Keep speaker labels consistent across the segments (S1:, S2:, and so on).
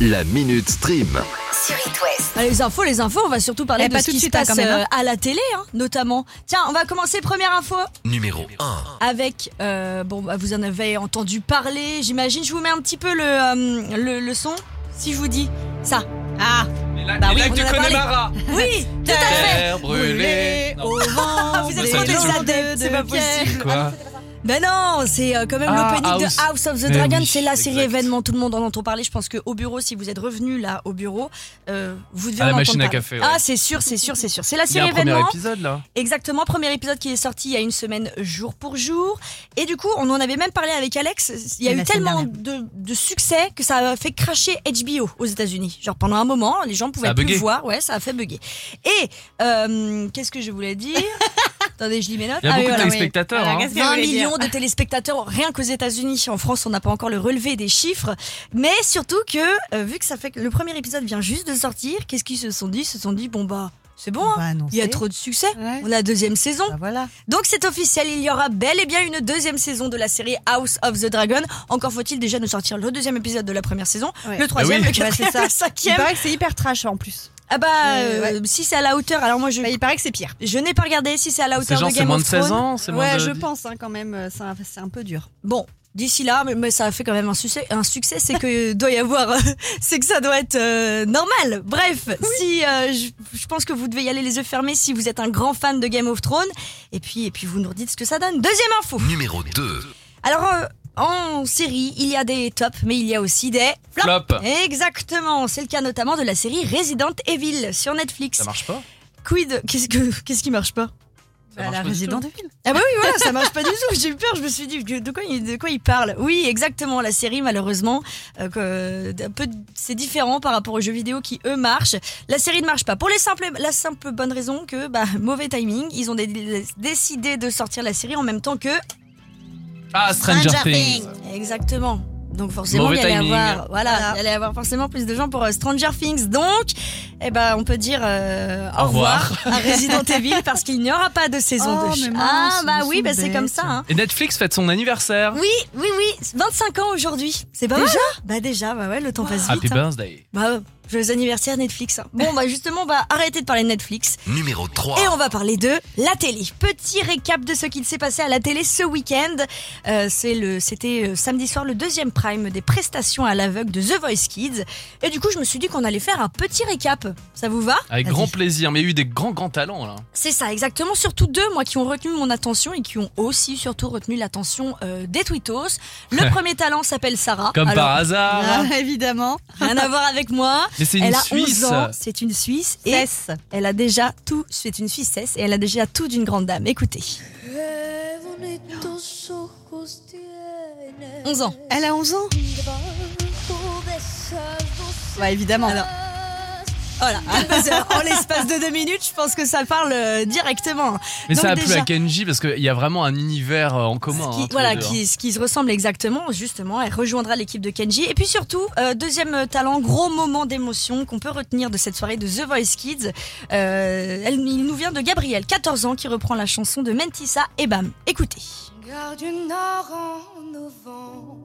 S1: La Minute Stream.
S2: sur It West.
S3: Ah, les infos, les infos, on va surtout parler
S4: Eh,
S3: de
S4: pas
S3: ce
S4: tout de
S3: qui se
S4: suite, hein,
S3: passe
S4: quand même, hein.
S3: euh, à la télé, hein, notamment. Tiens, on va commencer première info
S1: Numéro 1.
S3: avec. euh, bon, bah, vous en avez entendu parler, j'imagine. Je vous mets un petit peu le, euh, le, le son, si je vous dis ça. Ah, bah oui, on en a parlé. Oui, tout à fait.
S5: brûlé.
S3: au vent, vous êtes
S5: mais
S3: trop
S5: Euh, c'est
S3: des
S5: toujours
S3: adeptes, c'est pas possible.
S5: Quoi
S3: Ben non, c'est euh, quand même
S5: Ah,
S3: l'opening
S5: House.
S3: de House of the
S5: Mais
S3: Dragon.
S5: oui,
S3: c'est la série
S5: exact.
S3: événement, tout le monde en entend parler. Je pense qu'au bureau, si vous êtes revenu là au bureau, euh, vous devez
S5: À
S3: en
S5: la
S3: entendre
S5: machine à
S3: parler.
S5: café, ouais.
S3: Ah, c'est sûr, c'est sûr, c'est sûr. C'est la
S5: Il y a
S3: série
S5: un premier
S3: événement.
S5: épisode là.
S3: Exactement, premier épisode qui est sorti il y a une semaine jour pour jour. Et du coup, on en avait même parlé avec Alex. Il y a
S4: Et
S3: eu
S4: la semaine
S3: tellement de, de succès que ça a fait cracher HBO aux États-Unis. Genre pendant un moment, les gens pouvaient
S5: Ça a
S3: plus
S5: bugué.
S3: voir. Ouais, ça a fait bugger. Et euh, qu'est-ce que je voulais dire Attendez, je lis mes notes.
S5: Il y a
S3: Ah oui,
S5: beaucoup
S3: voilà.
S5: de téléspectateurs.
S4: Alors,
S5: hein.
S4: qu'est-ce que vous
S3: 20
S4: voulez dire
S3: millions de téléspectateurs rien qu'aux États-Unis. En France, on n'a pas encore le relevé des chiffres, mais surtout que euh, vu que ça fait que le premier épisode vient juste de sortir, qu'est-ce qu'ils se sont dit Ils se sont dit bon bah c'est bon,
S4: On
S3: hein.
S4: va annoncer.
S3: il y a trop de succès.
S4: Ouais.
S3: On a la deuxième saison.
S4: Bah voilà.
S3: Donc c'est officiel, il y aura bel et bien une deuxième saison de la série House of the Dragon. Encore faut-il déjà nous sortir le deuxième épisode de la première saison,
S4: Ouais.
S3: le troisième,
S5: Bah
S3: le
S5: oui.
S3: quatrième,
S4: Bah, c'est ça.
S3: le
S4: Il
S3: cinquième.
S4: paraît que c'est hyper trash en plus.
S3: Ah bah
S4: Euh,
S3: euh, si c'est à la hauteur, alors moi je
S4: Bah, il paraît que c'est pire.
S3: je n'ai pas regardé si c'est à la
S5: C'est
S3: hauteur
S5: genre,
S3: de
S5: c'est
S3: Game
S5: moins de
S3: of
S5: 16
S3: Thrones.
S5: ans c'est moins
S4: Ouais,
S5: de-
S4: je pense hein, quand même. euh, C'est un, c'est un peu dur.
S3: Bon, d'ici là, mais, mais ça a fait quand même un succès. Un succès, c'est que doit y avoir, euh, c'est que ça doit être euh, normal. Bref, si euh, je, je pense que vous devez y aller les yeux fermés si vous êtes un grand fan de Game of Thrones. Et puis, et puis vous nous dites ce que ça donne. Deuxième info.
S1: Numéro 2.
S3: Alors euh, en série, il y a des tops, mais il y a aussi des flops.
S5: Flop.
S3: Exactement, c'est le cas notamment de la série Resident Evil sur Netflix.
S5: Ça marche pas.
S3: Quid, qu'est-ce que qu'est-ce qui marche pas
S5: Ça marche pas du tout.
S4: de ville.
S3: ah bah oui, voilà, ça marche pas du tout. J'ai eu peur, je me suis dit que- de quoi, il, de quoi il parle. Oui, exactement, la série, malheureusement, euh, que- d'un peu, c'est différent par rapport aux jeux vidéo qui, eux, marchent. La série ne marche pas pour les simples, la simple bonne raison que, bah, mauvais timing, ils ont dé- dé- décidé de sortir la série en même temps que...
S5: Ah, Stranger Things.
S3: Exactement. Donc forcément,
S5: Mauvais
S3: il y allait
S5: timing. hein.
S3: avoir, voilà, il y allait avoir forcément plus de gens pour euh, Stranger Things. Donc, eh ben, on peut dire euh, au,
S5: Au revoir.
S3: à Resident Evil parce qu'il n'y aura pas de saison
S4: Oh,
S3: 2.
S4: mais mince,
S3: ah bah
S4: ils
S3: oui,
S4: sont
S3: bah, c'est comme
S4: bêtes.
S3: ça. Hein.
S5: Et Netflix fête son anniversaire.
S3: Oui, oui, oui, 25 ans aujourd'hui. C'est pas mal. hein Bah déjà, bah ouais, le temps passe
S5: Happy
S3: vite. hein.
S5: birthday.
S3: Bah, euh, joyeux anniversaire Netflix. hein. Bon, bah justement, on va arrêter de parler de Netflix
S1: Numéro 3.
S3: et on va parler de la télé. Petit récap de ce qu'il s'est passé à la télé ce week-end. Euh, c'est le, c'était euh, samedi soir le deuxième prime des prestations à l'aveugle de The Voice Kids. Et du coup, je me suis dit qu'on allait faire un petit récap. Ça vous va
S5: Avec
S3: Vas-y.
S5: grand plaisir. Mais il y a eu des grands, grands talents là.
S3: C'est ça, exactement. Surtout deux, moi, qui ont retenu mon attention et qui ont aussi surtout retenu l'attention euh, des twittos. Le premier talent s'appelle Sarah.
S5: Comme
S3: Alors,
S5: par hasard.
S4: Ah, évidemment.
S3: Rien à voir avec moi.
S5: Mais c'est
S3: elle
S5: une
S3: a
S5: Suisse.
S3: 11 ans, c'est une Suisse et
S4: Cesse.
S3: elle a déjà tout, c'est une Suissesse et elle a déjà tout d'une grande dame. Écoutez,
S6: Qué bonitos ojos tienes.
S3: 11 ans.
S4: Elle a 11 ans.
S6: Debajo de esas dos
S4: Bah évidemment.
S6: cejas.
S3: Voilà, un buzzer. en l'espace de deux minutes, je pense que ça parle euh, directement.
S5: Mais
S3: Donc
S5: ça a plu
S3: déjà-
S5: à Kenji parce qu'il y a vraiment un univers euh, en commun.
S3: Ce qui,
S5: hein, tous
S3: voilà,
S5: les deux, hein.
S3: qui, ce qui se ressemble exactement, justement. Elle rejoindra l'équipe de Kenji. Et puis surtout, euh, deuxième talent, gros moment d'émotion qu'on peut retenir de cette soirée de The Voice Kids. Euh, elle, il nous vient de Gabriel, 14 ans, qui reprend la chanson de Mentissa et bam. Écoutez.
S6: Gare du Nord en novembre.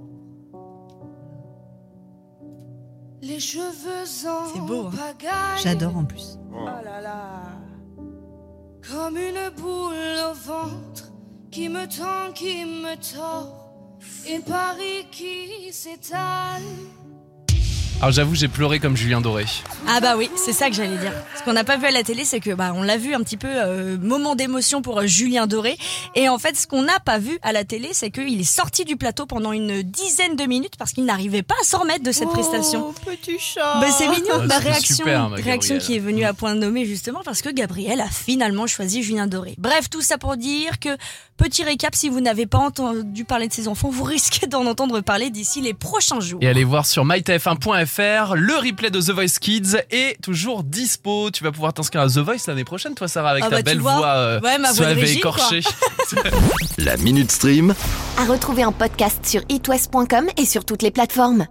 S6: Les cheveux en
S4: C'est beau, hein.
S6: pagaille.
S4: J'adore en plus.
S6: Oh là là. Comme une boule au ventre qui me tend, qui me tord. Et Paris qui s'étale.
S5: Alors j'avoue, j'ai pleuré comme Julien Doré.
S3: Ah bah oui, c'est ça que j'allais dire. Ce qu'on n'a pas vu à la télé, c'est que bah on l'a vu un petit peu euh, moment d'émotion pour euh, Julien Doré. Et en fait, ce qu'on n'a pas vu à la télé, c'est qu'il est sorti du plateau pendant une dizaine de minutes parce qu'il n'arrivait pas à s'en remettre de cette prestation.
S4: Oh, petit chat.
S3: Bah, c'est mignon,
S5: Ah,
S3: ma
S5: c'est
S3: réaction,
S5: super, ma
S3: réaction
S5: Gabrielle.
S3: qui est venue à point nommé justement parce que Gabriel a finalement choisi Julien Doré. Bref, tout ça pour dire que, petit récap, si vous n'avez pas entendu parler de ces enfants, vous risquez d'en entendre parler d'ici les prochains jours.
S5: Et allez voir sur mytf1.fr le replay de The Voice Kids est toujours dispo. Tu vas pouvoir t'inscrire à The Voice l'année prochaine, toi Sarah, avec
S3: Ah
S5: ta
S3: bah, tu
S5: belle
S3: vois.
S5: voix, euh,
S3: Ouais, ma voix de
S5: suave et
S3: régie, quoi.
S5: écorchée.
S1: La Minute Stream.
S2: À retrouver en podcast sur itwest.com et sur toutes les plateformes.